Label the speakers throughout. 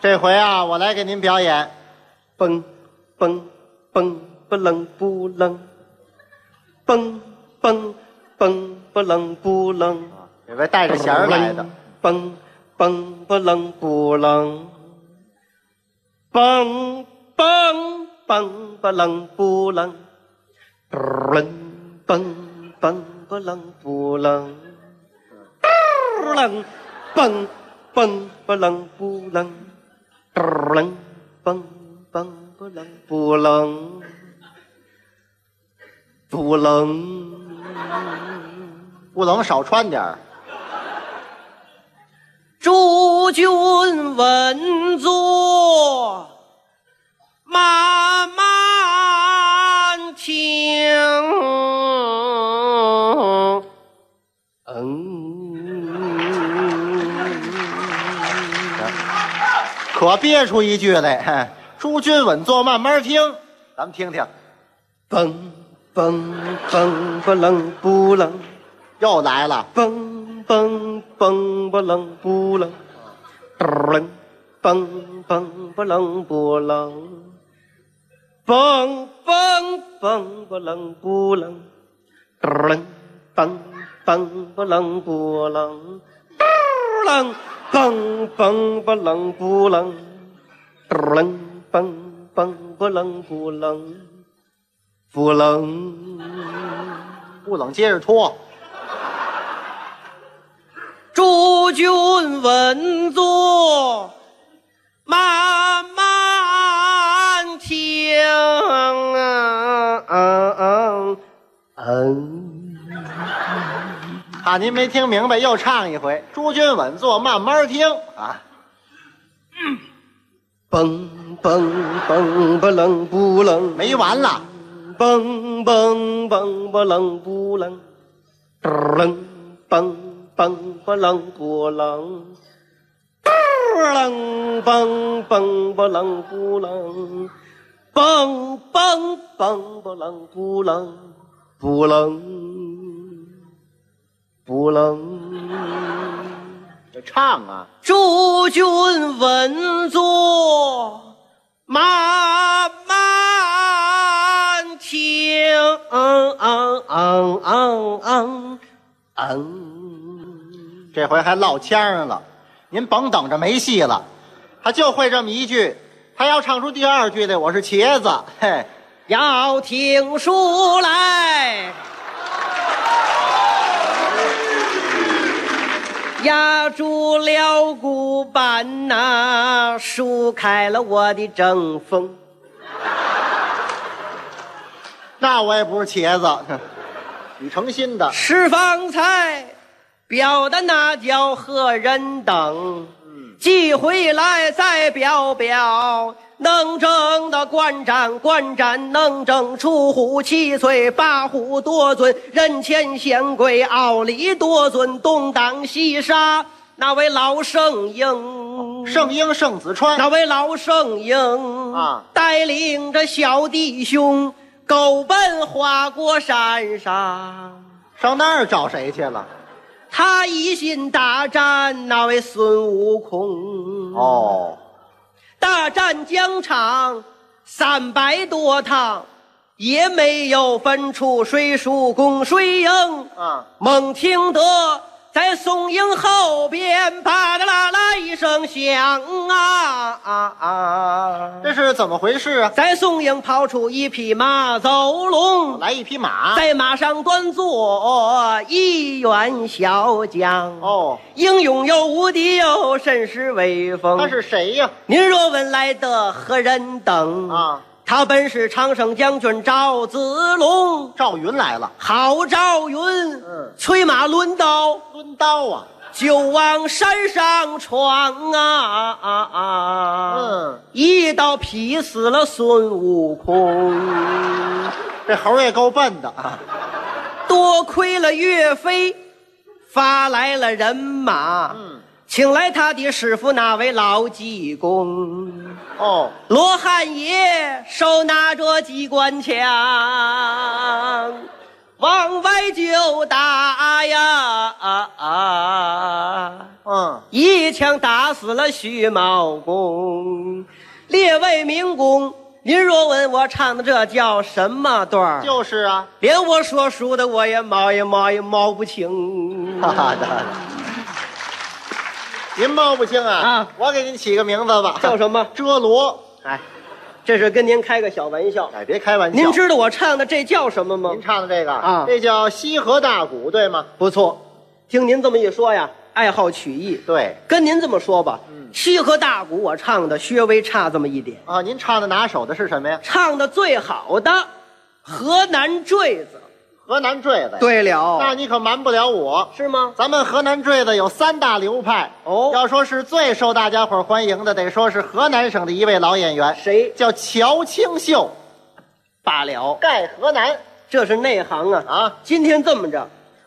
Speaker 1: 这回啊，我来给您表演。
Speaker 2: 蹦蹦蹦不楞不楞，蹦蹦蹦不楞不楞，
Speaker 1: 这位带着弦儿来的，
Speaker 2: 蹦蹦不楞不楞，蹦蹦蹦不楞不楞，嘟楞蹦蹦不楞不楞，嘟楞蹦蹦不楞不楞，嘟楞蹦蹦不楞不楞，不楞。
Speaker 1: 不能少穿点儿。
Speaker 2: 诸君稳坐，慢慢听。嗯，
Speaker 1: 可憋出一句来。 哼朱君稳坐，慢慢听，咱们听听。
Speaker 2: 蹦蹦蹦不楞不楞，
Speaker 1: 又来了，
Speaker 2: 蹦蹦蹦不楞不楞，嘟楞蹦蹦不楞不楞，蹦蹦蹦不楞不楞，嘟楞蹦蹦不楞不楞，嘟楞蹦蹦不楞不楞，嘟楞蹦蹦不楞不楞，不楞。
Speaker 1: 不冷接着拖。
Speaker 2: 诸君稳坐，慢慢听。嗯，
Speaker 1: 怕您没听明白，又唱一回。朱君稳坐，慢慢听啊。
Speaker 2: 蹦蹦蹦不楞不楞，
Speaker 1: 没完了，
Speaker 2: 蹦蹦蹦不楞不楞，嘟楞蹦蹦不楞不楞，嘟楞蹦蹦不楞不楞，蹦蹦蹦不楞不楞，不楞不楞。
Speaker 1: 这唱啊，
Speaker 2: 诸君稳坐，慢慢听。嗯嗯嗯嗯嗯嗯
Speaker 1: 这回还落腔儿了。您甭等着没戏了，他就会这么一句。他要唱出第二句来，我是茄子。嘿，
Speaker 2: 要听书来，压住了骨板呐、舒开了我的正风。
Speaker 1: 那我也不是茄子， 哼你成心的。
Speaker 2: 吃方才表的那叫何人等？寄回来再表表，能征的官长官长，能征出虎七岁八虎多尊，人前显贵傲立多尊，东挡西杀那位老圣英。
Speaker 1: 圣英圣子川，
Speaker 2: 那位老圣英
Speaker 1: 啊
Speaker 2: 带领着小弟兄狗奔花果山上。
Speaker 1: 上那儿找谁去了？
Speaker 2: 他一心大战那位孙悟空，
Speaker 1: 哦，
Speaker 2: 大战疆场三百多趟，也没有分出谁输公谁赢。
Speaker 1: 啊，
Speaker 2: 猛听得在宋营后边啪嗒啦啦一声响啊啊啊！
Speaker 1: 这是怎么回事啊？
Speaker 2: 在宋营跑出一匹马走龙，
Speaker 1: 来一匹马。
Speaker 2: 在马上端坐一员小将。
Speaker 1: 哦，
Speaker 2: 英勇又无敌又甚是威风。
Speaker 1: 他是谁呀？
Speaker 2: 您若问来的何人等？
Speaker 1: 啊，
Speaker 2: 他本是常胜将军赵子龙，
Speaker 1: 赵云来了，
Speaker 2: 号赵云，
Speaker 1: 嗯
Speaker 2: 催马抡刀
Speaker 1: 抡刀啊！
Speaker 2: 就往山上闯啊啊啊！
Speaker 1: 嗯，
Speaker 2: 一刀劈死了孙悟空。
Speaker 1: 这猴儿也够笨的啊！
Speaker 2: 多亏了岳飞，发来了人马，
Speaker 1: 嗯
Speaker 2: 请来他的师傅那位老济公，
Speaker 1: 哦，
Speaker 2: 罗汉爷手拿着机关枪，往外就打呀！啊啊
Speaker 1: 嗯，
Speaker 2: 一枪打死了徐茂公。列位民工，您若问我唱的这叫什么段儿，
Speaker 1: 就是 啊，
Speaker 2: 连我说书的我也毛也毛也毛不清。
Speaker 1: 哈哈的。您冒不清啊？
Speaker 2: 啊，
Speaker 1: 我给您起个名字吧，
Speaker 2: 叫什么？
Speaker 1: 遮罗。
Speaker 2: 哎，这是跟您开个小玩笑。
Speaker 1: 哎，别开玩笑。
Speaker 2: 您知道我唱的这叫什么吗
Speaker 1: 您？唱的这个
Speaker 2: 啊
Speaker 1: 这叫西河大鼓，对吗？
Speaker 2: 不错，听您这么一说呀，爱好曲艺。
Speaker 1: 对。
Speaker 2: 跟您这么说吧，西河大鼓我唱的略微差这么一点，
Speaker 1: 啊，您唱的拿手的是什么呀？
Speaker 2: 唱的最好的河南坠子。
Speaker 1: 河南坠子。，
Speaker 2: 对
Speaker 1: 那
Speaker 2: 了，
Speaker 1: 你可瞒不了我。
Speaker 2: 是吗？
Speaker 1: 咱们河南坠子有三大流派
Speaker 2: 哦
Speaker 1: 要说是最受大家伙欢迎的，得说是河南省的一位老演员，
Speaker 2: 谁
Speaker 1: 叫乔清秀，
Speaker 2: 罢了，
Speaker 1: 盖河南
Speaker 2: 这是内行啊啊！
Speaker 1: 啊。
Speaker 2: 今天这么着，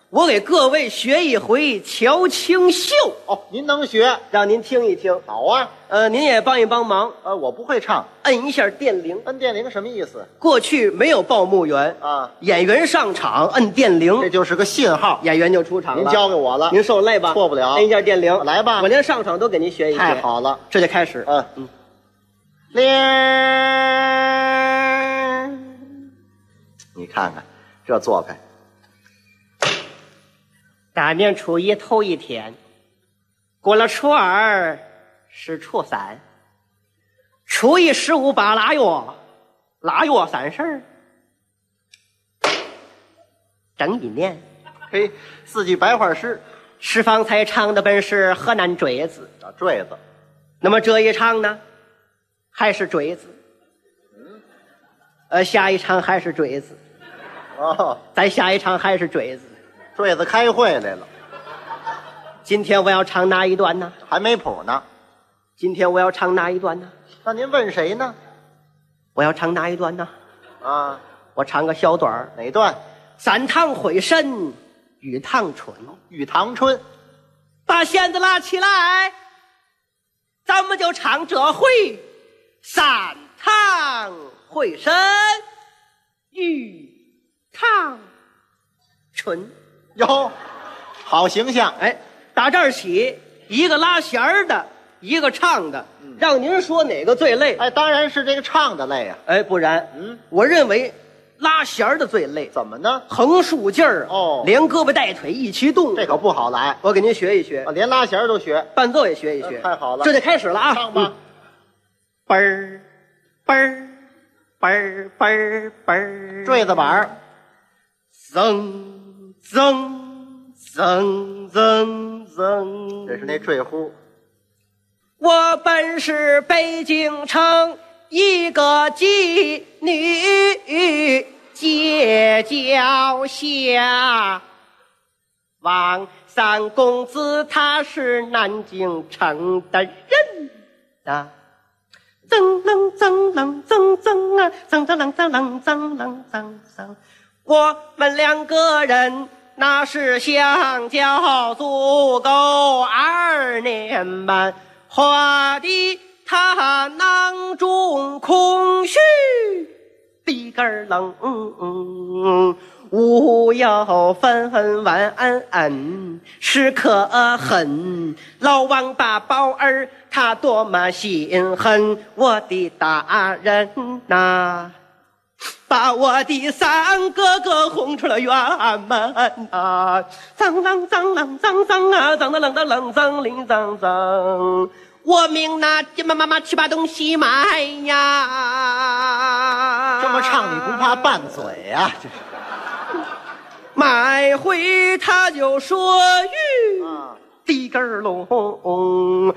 Speaker 2: 我给各位学一回乔清秀，
Speaker 1: 哦，您能学？
Speaker 2: 让您听一听。
Speaker 1: 好啊。
Speaker 2: 呃，您也帮一帮忙，
Speaker 1: 呃，我不会唱。
Speaker 2: 摁一下电铃。
Speaker 1: 摁电铃什么意思
Speaker 2: 过去没有报幕员，
Speaker 1: 啊？
Speaker 2: 演员上场摁电铃，
Speaker 1: 这就是个信号。
Speaker 2: 演员就出场了。
Speaker 1: 您交给我了，
Speaker 2: 您受累吧，
Speaker 1: 错不了
Speaker 2: 摁一下电铃，
Speaker 1: 来吧
Speaker 2: 我连上场都给您学一学。
Speaker 1: 太，好了。
Speaker 2: 这就开始。
Speaker 1: 嗯嗯，铃儿，你看看这做派，
Speaker 2: 大年初一头一天，过了初二是初三，初一十五把腊月，腊月三十儿，整一年。
Speaker 1: 嘿，四句白话诗，
Speaker 2: 石方才唱的本是河南坠子，
Speaker 1: 找坠子，
Speaker 2: 那么这一场呢，还是坠子。呃，下一场还是坠子，
Speaker 1: 哦，
Speaker 2: 再下一场还是坠子。
Speaker 1: 坠子开会来了，
Speaker 2: 今天我要唱哪一段呢？
Speaker 1: 还没谱呢。
Speaker 2: 今天我要唱哪一段呢？
Speaker 1: 那您问谁呢？
Speaker 2: 我要唱哪一段呢？
Speaker 1: 啊，
Speaker 2: 我唱个小段儿：
Speaker 1: 哪段？
Speaker 2: 三趟回身，雨趟春，
Speaker 1: 玉堂春，
Speaker 2: 把弦子拉起来，咱们就唱这回三趟回身，雨趟春。
Speaker 1: 哟，好形象。
Speaker 2: 哎，打这儿起，一个拉弦儿的，一个唱的，让您说哪个最累？
Speaker 1: 嗯哎，当然是这个唱的累呀、啊
Speaker 2: 哎，不然，
Speaker 1: 嗯，
Speaker 2: 我认为拉弦儿的最累，
Speaker 1: 怎么呢？
Speaker 2: 横竖劲儿啊
Speaker 1: 哦
Speaker 2: 连胳膊带腿一起动。
Speaker 1: 这可不好来，
Speaker 2: 我给您学一学
Speaker 1: 啊，，连拉弦儿都学。
Speaker 2: 伴奏也学一学。
Speaker 1: 嗯太好了
Speaker 2: 这就开始了啊！
Speaker 1: 唱吧
Speaker 2: 嗯，嘣儿，嘣儿，嘣儿，嘣儿，嘣儿，嗯
Speaker 1: 坠子板儿，
Speaker 2: 噌噌噌噌噌，
Speaker 1: 这是那坠呼。
Speaker 2: 我本是北京城一个妓女，街脚下。王三公子他是南京城的人呐。噌楞噌楞噌噌啊，噌噌楞噌楞噌楞噌噌。我们两个人那是相交足够二年半，花的他囊中空虚，地根儿冷，嗯嗯无药分分晚安安，是可恨。老王八宝儿他多么心狠，我的大人呐、把我的三哥哥轰出了院门啊！脏脏脏啷脏脏啊，脏的啷的啷脏铃脏脏。我命那金妈妈妈去把东西买呀！
Speaker 1: 这么唱你不怕拌嘴呀、这是
Speaker 2: 买回他就说玉
Speaker 1: 啊
Speaker 2: 地根儿龙，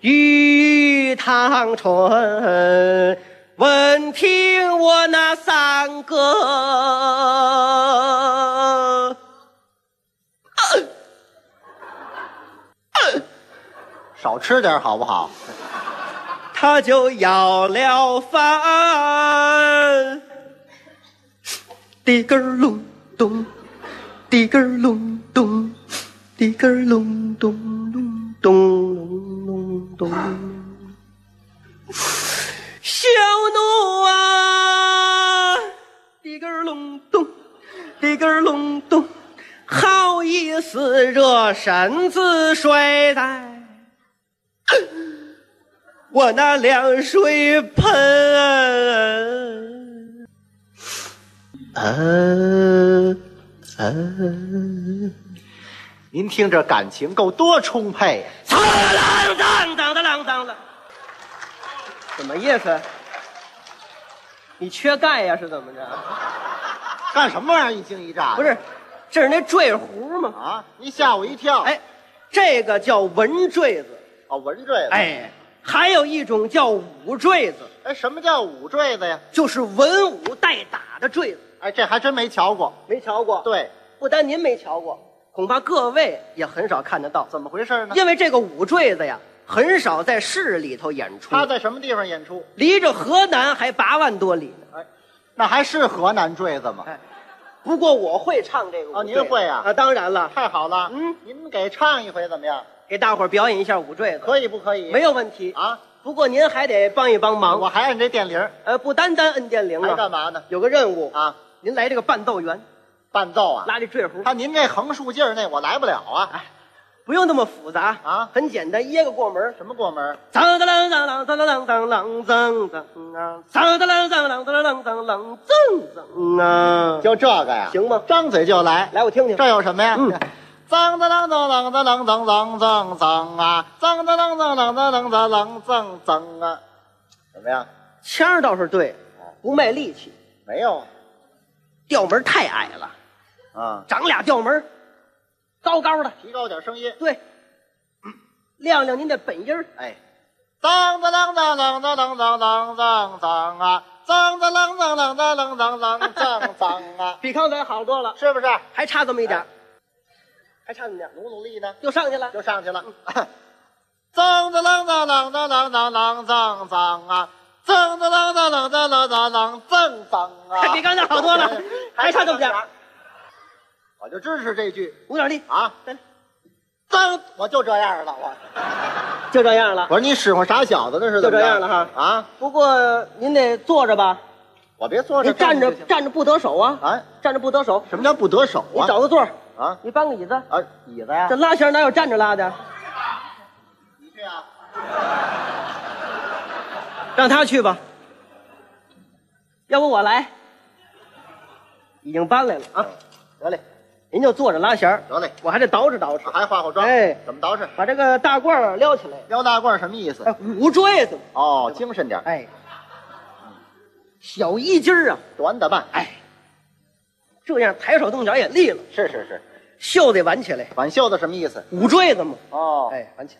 Speaker 2: 玉堂春。闻听我那三哥，
Speaker 1: 少吃点儿好不好？
Speaker 2: 他就要了饭。地根儿隆咚，地根儿隆咚，地根儿隆咚隆咚隆隆咚。小奴啊，地根儿隆咚，里根儿隆咚，好一丝热身子摔在我那凉水盆。
Speaker 1: 呃
Speaker 2: 嗯嗯，
Speaker 1: 您听这感情够多充沛呀、
Speaker 2: 苍啷当当的啷当啷，什么意思？你缺钙呀、是怎么着？
Speaker 1: 干什么玩意儿一惊一乍的？
Speaker 2: 不是，这是那坠壶吗？
Speaker 1: 啊，您吓我一跳。
Speaker 2: 哎，这个叫文坠子，
Speaker 1: 哦，文坠子。
Speaker 2: 哎，还有一种叫武坠子，
Speaker 1: 哎，什么叫武坠子呀？
Speaker 2: 就是文武带打的坠子，
Speaker 1: 哎，这还真没瞧过。
Speaker 2: 没瞧过。，
Speaker 1: 对，
Speaker 2: 不单您没瞧过，恐怕各位也很少看得到，
Speaker 1: 怎么回事呢？
Speaker 2: 因为这个武坠子呀，很少在市里头演出，
Speaker 1: 他在什么地方演出？
Speaker 2: 离着河南还八万多里呢。
Speaker 1: 哎，那还是河南坠子吗？
Speaker 2: 哎，不过我会唱这个舞
Speaker 1: 哦您
Speaker 2: 坠子
Speaker 1: 会啊
Speaker 2: 啊，当然了，
Speaker 1: 太好了，
Speaker 2: 嗯，
Speaker 1: 您给唱一回怎么样？
Speaker 2: 给大伙儿表演一下舞坠子，
Speaker 1: 可以不可以？
Speaker 2: 没有问题。
Speaker 1: 啊，
Speaker 2: 不过您还得帮一帮忙
Speaker 1: 我，还按这电铃儿，
Speaker 2: 呃，不单单摁电铃
Speaker 1: 还
Speaker 2: 啊
Speaker 1: 干，嘛呢？
Speaker 2: 有个任务，
Speaker 1: 啊，
Speaker 2: 您来这个伴奏员，
Speaker 1: 伴奏啊。
Speaker 2: 拉这坠壶，
Speaker 1: 他您这横竖劲儿那我来不了
Speaker 2: 哎
Speaker 1: 啊。
Speaker 2: 不用那么复杂
Speaker 1: 啊
Speaker 2: 很简单，掖个过门儿，
Speaker 1: 什么过门儿？
Speaker 2: 当当啷当啷当啷当啷当啷啊，当当啷当啷当啷当啷当啷啊，
Speaker 1: 就这个呀？
Speaker 2: 行吗
Speaker 1: 张嘴就来。
Speaker 2: 来我听听，
Speaker 1: 这有什么呀？
Speaker 2: 嗯
Speaker 1: 脏的啷脏啷的啷脏啷脏脏啊，脏的啷脏啷的啷脏啷脏脏啊，怎么样？
Speaker 2: 腔儿倒是对，不卖力气，
Speaker 1: 没有
Speaker 2: 调门儿太矮了，
Speaker 1: 啊，
Speaker 2: 长俩调门儿，高高的，
Speaker 1: 提高点声音。
Speaker 2: 对，嗯亮亮您的本音儿，
Speaker 1: 哎，脏的啷脏啷的啷脏啷脏脏啊，脏的啷脏啷的啷脏啷脏脏啊，
Speaker 2: 比刚才好多了，
Speaker 1: 是不是？
Speaker 2: 还差这么一点儿，还差这么点儿，
Speaker 1: 努努力呢，
Speaker 2: 又上去了。
Speaker 1: 就上去了。脏的啷脏啷的啷脏啷脏脏啊，脏的啷脏啷的啷脏啷脏脏啊，
Speaker 2: 比刚才好多 了，还差这么点儿，
Speaker 1: 我就支持这句
Speaker 2: 鼓点力，
Speaker 1: 啊，脏，我就这样了，我
Speaker 2: 就这样了。
Speaker 1: 我说你使唤傻小子呢是
Speaker 2: 就
Speaker 1: 怎么
Speaker 2: 这样
Speaker 1: 着
Speaker 2: 了哈
Speaker 1: 啊，
Speaker 2: 不过您得坐着吧，
Speaker 1: 我别坐
Speaker 2: 您
Speaker 1: 着
Speaker 2: 站着
Speaker 1: 就行
Speaker 2: 站着不得手啊，
Speaker 1: 啊，
Speaker 2: 站着不得手。
Speaker 1: 什么叫不得手
Speaker 2: 你
Speaker 1: 啊？
Speaker 2: 找个座儿，
Speaker 1: 啊
Speaker 2: 你搬个椅子。
Speaker 1: 啊，椅子呀
Speaker 2: 这，拉弦哪有站着拉的？
Speaker 1: 你去啊，
Speaker 2: 让他去吧，要不我来。已经搬来了啊，
Speaker 1: 得嘞
Speaker 2: 您就坐着拉弦儿，
Speaker 1: 得嘞，
Speaker 2: 我还得捯饬捯饬，
Speaker 1: 还化化妆，
Speaker 2: 哎
Speaker 1: 怎么捯饬？
Speaker 2: 把这个大褂儿撩起来。
Speaker 1: 撩大褂什么意思？
Speaker 2: 哎，五坠子，
Speaker 1: 哦，精神点儿，
Speaker 2: 哎，小衣襟儿啊，
Speaker 1: 短打扮，
Speaker 2: 哎，这样抬手动脚也利了，
Speaker 1: 是是是，
Speaker 2: 袖子也挽起来，
Speaker 1: 挽袖子什么意思？
Speaker 2: 五坠子嘛。
Speaker 1: 哦，
Speaker 2: 哎，完全。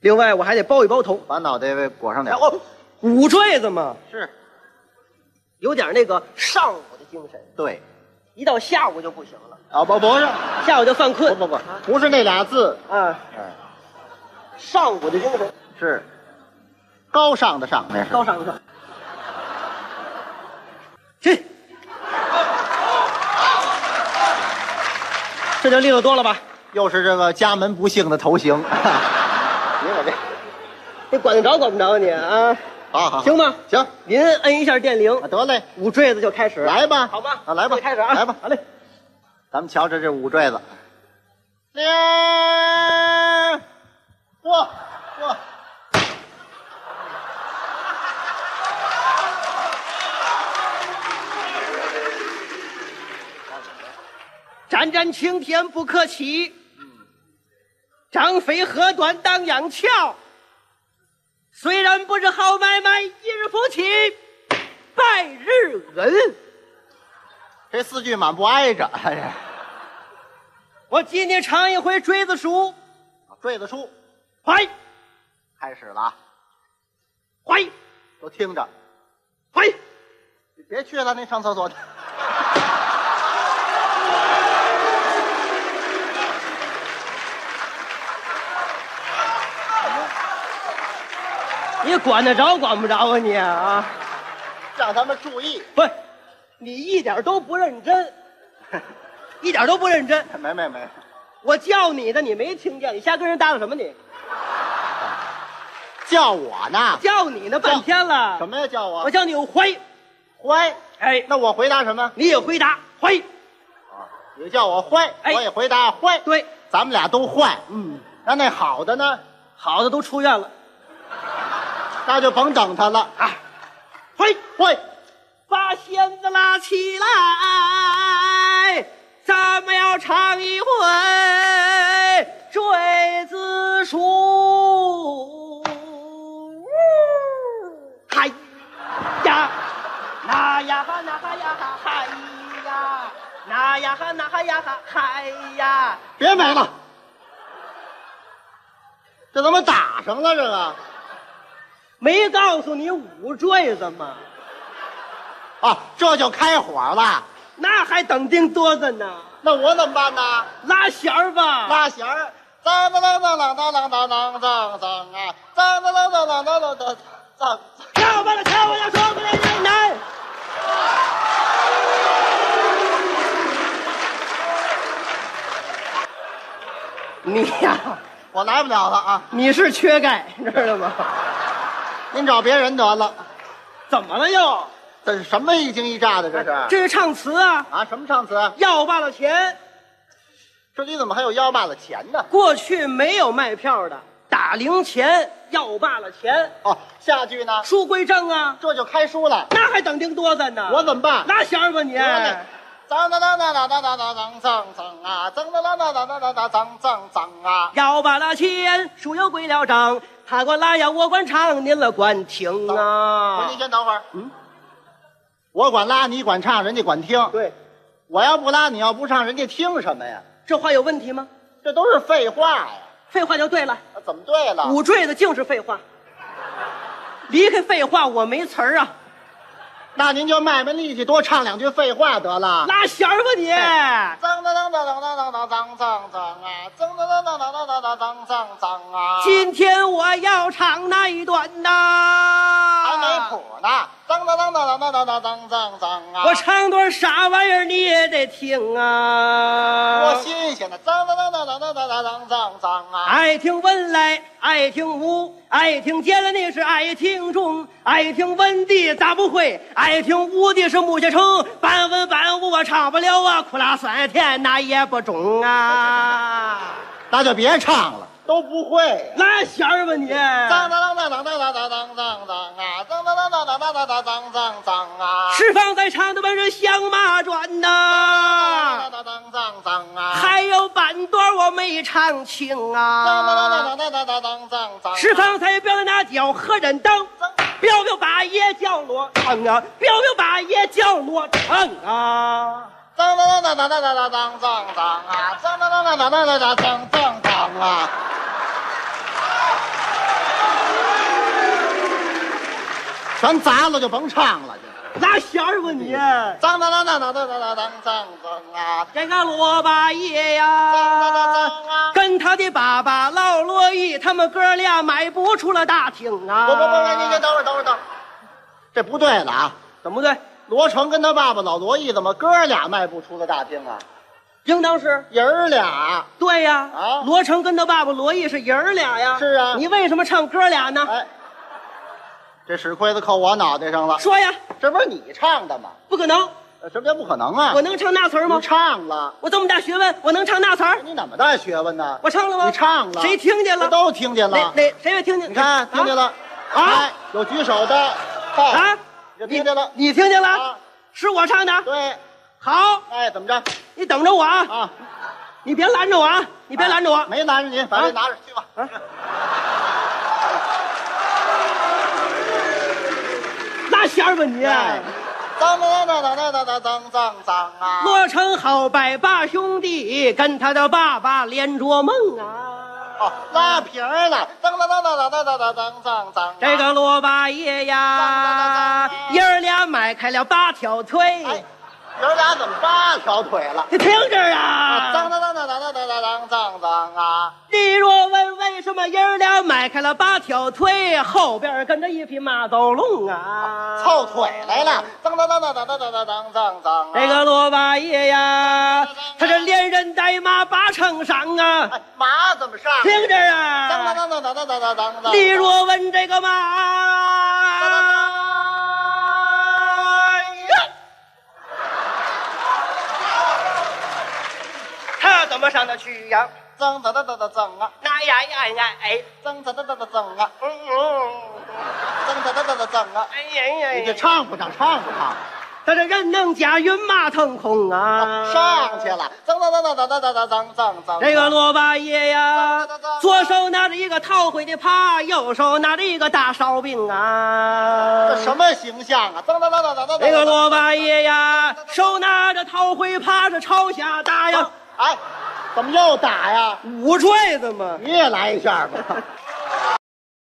Speaker 2: 另外，我还得包一包头，哎
Speaker 1: 把脑袋裹上点
Speaker 2: 然
Speaker 1: 儿。
Speaker 2: 后五坠子嘛，
Speaker 1: 是，
Speaker 2: 有点那个上午的精神，
Speaker 1: 对，
Speaker 2: 一到下午就不行了，
Speaker 1: 啊不不是，
Speaker 2: 下午就犯
Speaker 1: 不
Speaker 2: 困
Speaker 1: 不不，不是那俩字，
Speaker 2: 啊。
Speaker 1: 哎，
Speaker 2: 上午的精神，
Speaker 1: 是，高尚的尚那是。
Speaker 2: 高尚上。这，这就利落多了吧？
Speaker 1: 又是这个家门不幸的头 型。你我这，
Speaker 2: 你管得着管不着你啊？
Speaker 1: 好好行
Speaker 2: 行吧
Speaker 1: 行，
Speaker 2: 您摁一下电铃
Speaker 1: 啊，得嘞，
Speaker 2: 五坠子就开始。
Speaker 1: 来吧，
Speaker 2: 好吧
Speaker 1: 啊，来吧，
Speaker 2: 开始啊
Speaker 1: 来吧，
Speaker 2: 好嘞。
Speaker 1: 咱们瞧瞧这五坠子，铃儿，嚯嚯，
Speaker 2: 湛湛青天不可欺，张飞喝短当阳桥。虽然不是好买卖，一日夫妻百日恩。
Speaker 1: 这四句满不挨着，哎
Speaker 2: 我今天尝一回锥子熟，
Speaker 1: 这坠子书
Speaker 2: 嗨
Speaker 1: 开始了，啊，
Speaker 2: 嗨
Speaker 1: 都听着，
Speaker 2: 嗨，
Speaker 1: 别去了，那上厕所去。
Speaker 2: 你管得着管不着啊你啊？
Speaker 1: 让他们注意。
Speaker 2: 不是，你一点都不认真，一点都不认真。
Speaker 1: 没没没，
Speaker 2: 我叫你的你没听见，你瞎跟人搭搭什么你？
Speaker 1: 叫我呢？
Speaker 2: 叫你呢半天了，
Speaker 1: 什么呀？叫
Speaker 2: 我
Speaker 1: 我？
Speaker 2: 叫你我怀，
Speaker 1: 回。
Speaker 2: 哎，
Speaker 1: 那我回答什么？
Speaker 2: 你也回答怀。
Speaker 1: 你叫我坏，
Speaker 2: 哎
Speaker 1: 我也回答坏。
Speaker 2: 对，
Speaker 1: 咱们俩都坏。
Speaker 2: 嗯，
Speaker 1: 那那好的呢？
Speaker 2: 好的都出院了。
Speaker 1: 那就甭整他了啊！
Speaker 2: 嘿，
Speaker 1: 坏，
Speaker 2: 把弦子拉起来，咱们要唱一回坠子书。嗨呀，那呀哈那哈呀哈嗨呀，那呀哈那哈呀哈嗨呀，
Speaker 1: 别没了，这怎么打上了？这个
Speaker 2: 没告诉你五坠子吗？
Speaker 1: 啊，这就开火了。
Speaker 2: 那还等定多着呢，
Speaker 1: 那我怎么办呢？
Speaker 2: 拉弦儿吧。
Speaker 1: 拉弦儿，当当当当当当当当当当当啊，当当当当当当当当当。
Speaker 2: 跳吧了，跳吧了，说不来人难。你呀，
Speaker 1: 我来不了了啊，
Speaker 2: 你是缺钙，你知道吗？
Speaker 1: 您找别人得了。
Speaker 2: 怎么了又？
Speaker 1: 这是什么一惊一乍的？这是
Speaker 2: 这是唱词啊，
Speaker 1: 啊，什么唱词？
Speaker 2: 要罢了钱，
Speaker 1: 这里怎么还有要罢了钱呢？
Speaker 2: 过去没有卖票的，打零钱要罢了钱，
Speaker 1: 哦，下句呢？
Speaker 2: 书归正啊，
Speaker 1: 这就开书了，
Speaker 2: 那还等丁多咱呢？
Speaker 1: 我怎么办？
Speaker 2: 拉弦儿吧你。啊
Speaker 1: 当当当当当当当当当当啊！当当当当当当当当当当啊！
Speaker 2: 要把那钱输又归了账，他管拉呀，我管唱，您了管听
Speaker 1: 我
Speaker 2: 啊
Speaker 1: 你。先等会儿。嗯，我管拉，你管唱，人家管听。
Speaker 2: 对，
Speaker 1: 我要不拉，你要不唱，人家听什么呀？
Speaker 2: 这话有问题吗？
Speaker 1: 这都是废话呀！
Speaker 2: 废话就对了，
Speaker 1: 啊怎么对了？
Speaker 2: 五坠子净是废话。离开废话，我没词儿啊，
Speaker 1: 那您就卖卖力气，多唱两句废话得了。
Speaker 2: 拉弦儿吧你。哎
Speaker 1: 当当当当当当当当当当啊！当当当当当当当当当当啊！
Speaker 2: 今天我要唱那一段呐，
Speaker 1: 还没谱呢。当当当当当当当当当当啊！
Speaker 2: 我唱段啥玩意儿你也得听啊。
Speaker 1: 多新鲜呢！当当当当当当当当当当啊！
Speaker 2: 爱听文来，爱听武，爱听剑了你是爱听中，爱听文的咋不会？爱听武的是木下成，半文半武我唱不了啊，苦辣酸甜那也不中啊。
Speaker 1: 那就别唱了，都不会呀。
Speaker 2: 拉弦儿吧你，
Speaker 1: 当当当当当当当当当当啊！当当当当当当当当当当当啊！
Speaker 2: 释放在唱的文人响马转呐
Speaker 1: 当，当当当当啊！
Speaker 2: 还有半段我没唱清
Speaker 1: 当当
Speaker 2: 啊。
Speaker 1: 当当当当当当当。
Speaker 2: 十方才表那叫何人当？表表把爷叫罗成啊，表表把爷叫罗成啊。
Speaker 1: 当当当当当当当当当当啊！当当当当当当当当当当啊！全砸了就甭唱了，就。
Speaker 2: 拉弦儿吧你！
Speaker 1: 当当当当当当当当当当啊！
Speaker 2: 这个罗八爷
Speaker 1: 当当当
Speaker 2: 呀，
Speaker 1: 当啊！
Speaker 2: 跟他的爸爸老罗毅，他们哥俩迈步出了大厅啊！
Speaker 1: 不不不，你你等会儿等会儿等会儿，这不对了啊！
Speaker 2: 怎么对？
Speaker 1: 罗成跟他爸爸老罗毅怎么哥俩迈步出了大厅啊？
Speaker 2: 应当是
Speaker 1: 爷儿俩，
Speaker 2: 对呀！
Speaker 1: 啊
Speaker 2: 罗成跟他爸爸罗毅是爷儿俩呀！
Speaker 1: 是啊
Speaker 2: 你为什么唱哥俩呢？
Speaker 1: 哎，这屎亏子扣我脑袋上了，
Speaker 2: 说呀，
Speaker 1: 这不是你唱的吗？
Speaker 2: 不可能！
Speaker 1: 呃什么叫不可能啊？
Speaker 2: 我能唱那词儿吗
Speaker 1: 你？唱了，
Speaker 2: 我这么大学问，我能唱那词儿？
Speaker 1: 你怎么大学问呢？
Speaker 2: 我唱了吗？
Speaker 1: 你唱了，
Speaker 2: 谁听见了？
Speaker 1: 这都听见
Speaker 2: 哪
Speaker 1: 了。
Speaker 2: 哪谁也听见？啊
Speaker 1: 你看，啊听见了哎有举手的，哎，
Speaker 2: 啊？
Speaker 1: 你就听见了
Speaker 2: 你听见了
Speaker 1: 啊？
Speaker 2: 是我唱的。
Speaker 1: 对，
Speaker 2: 好，
Speaker 1: 哎，怎么着
Speaker 2: 你等着我啊！
Speaker 1: 啊？
Speaker 2: 你别拦着我啊！你别拦着我。啊
Speaker 1: 没拦着您，把这拿着去吧。
Speaker 2: 拉弦儿吧你！啊
Speaker 1: 哎，当当当当当当当当当当啊！
Speaker 2: 罗成好拜把兄弟，跟他的爸爸连着梦啊。
Speaker 1: 哦，拉皮儿了，当当当当当当当当当当。
Speaker 2: 这个罗八爷呀，爷儿俩迈开了八条腿。
Speaker 1: 啊哎，爷俩怎么八条腿了？
Speaker 2: 你听着
Speaker 1: 当
Speaker 2: 啊！
Speaker 1: 当当当当当当当当当啊！
Speaker 2: 你若问为什么爷儿俩迈开了八条腿，后边跟着一匹马走龙啊，
Speaker 1: 凑腿来了，当当当当当当当当当当当。
Speaker 2: 这个罗八爷呀，他这连人带马八乘上啊，
Speaker 1: 哎，马怎么上？
Speaker 2: 听着
Speaker 1: 当当
Speaker 2: 啊！
Speaker 1: 当当当当当当当。
Speaker 2: 你若问这个哎 马呀，那怎么上得去呀？
Speaker 1: 噌噌噌噌噌噌啊，
Speaker 2: 那呀呀呀哎，
Speaker 1: 噌噌噌噌噌噌啊，
Speaker 2: 嗯嗯，
Speaker 1: 噌噌噌噌噌噌啊。
Speaker 2: 哎呀呀呀！
Speaker 1: 你这唱不唱？唱不唱？
Speaker 2: 他这人能夹云马腾空啊，
Speaker 1: 哦上去。了，噌噌噌噌噌噌噌噌噌噌。
Speaker 2: 这个罗八爷呀，左手拿着一个套灰的耙，右手拿着一个大烧饼啊。
Speaker 1: 这什么形象啊？噌噌噌噌噌噌。
Speaker 2: 那个罗八爷呀，手拿着套灰耙是朝下打呀，
Speaker 1: 哎，怎么又打呀？
Speaker 2: 五坠子嘛。
Speaker 1: 你也来一下吧。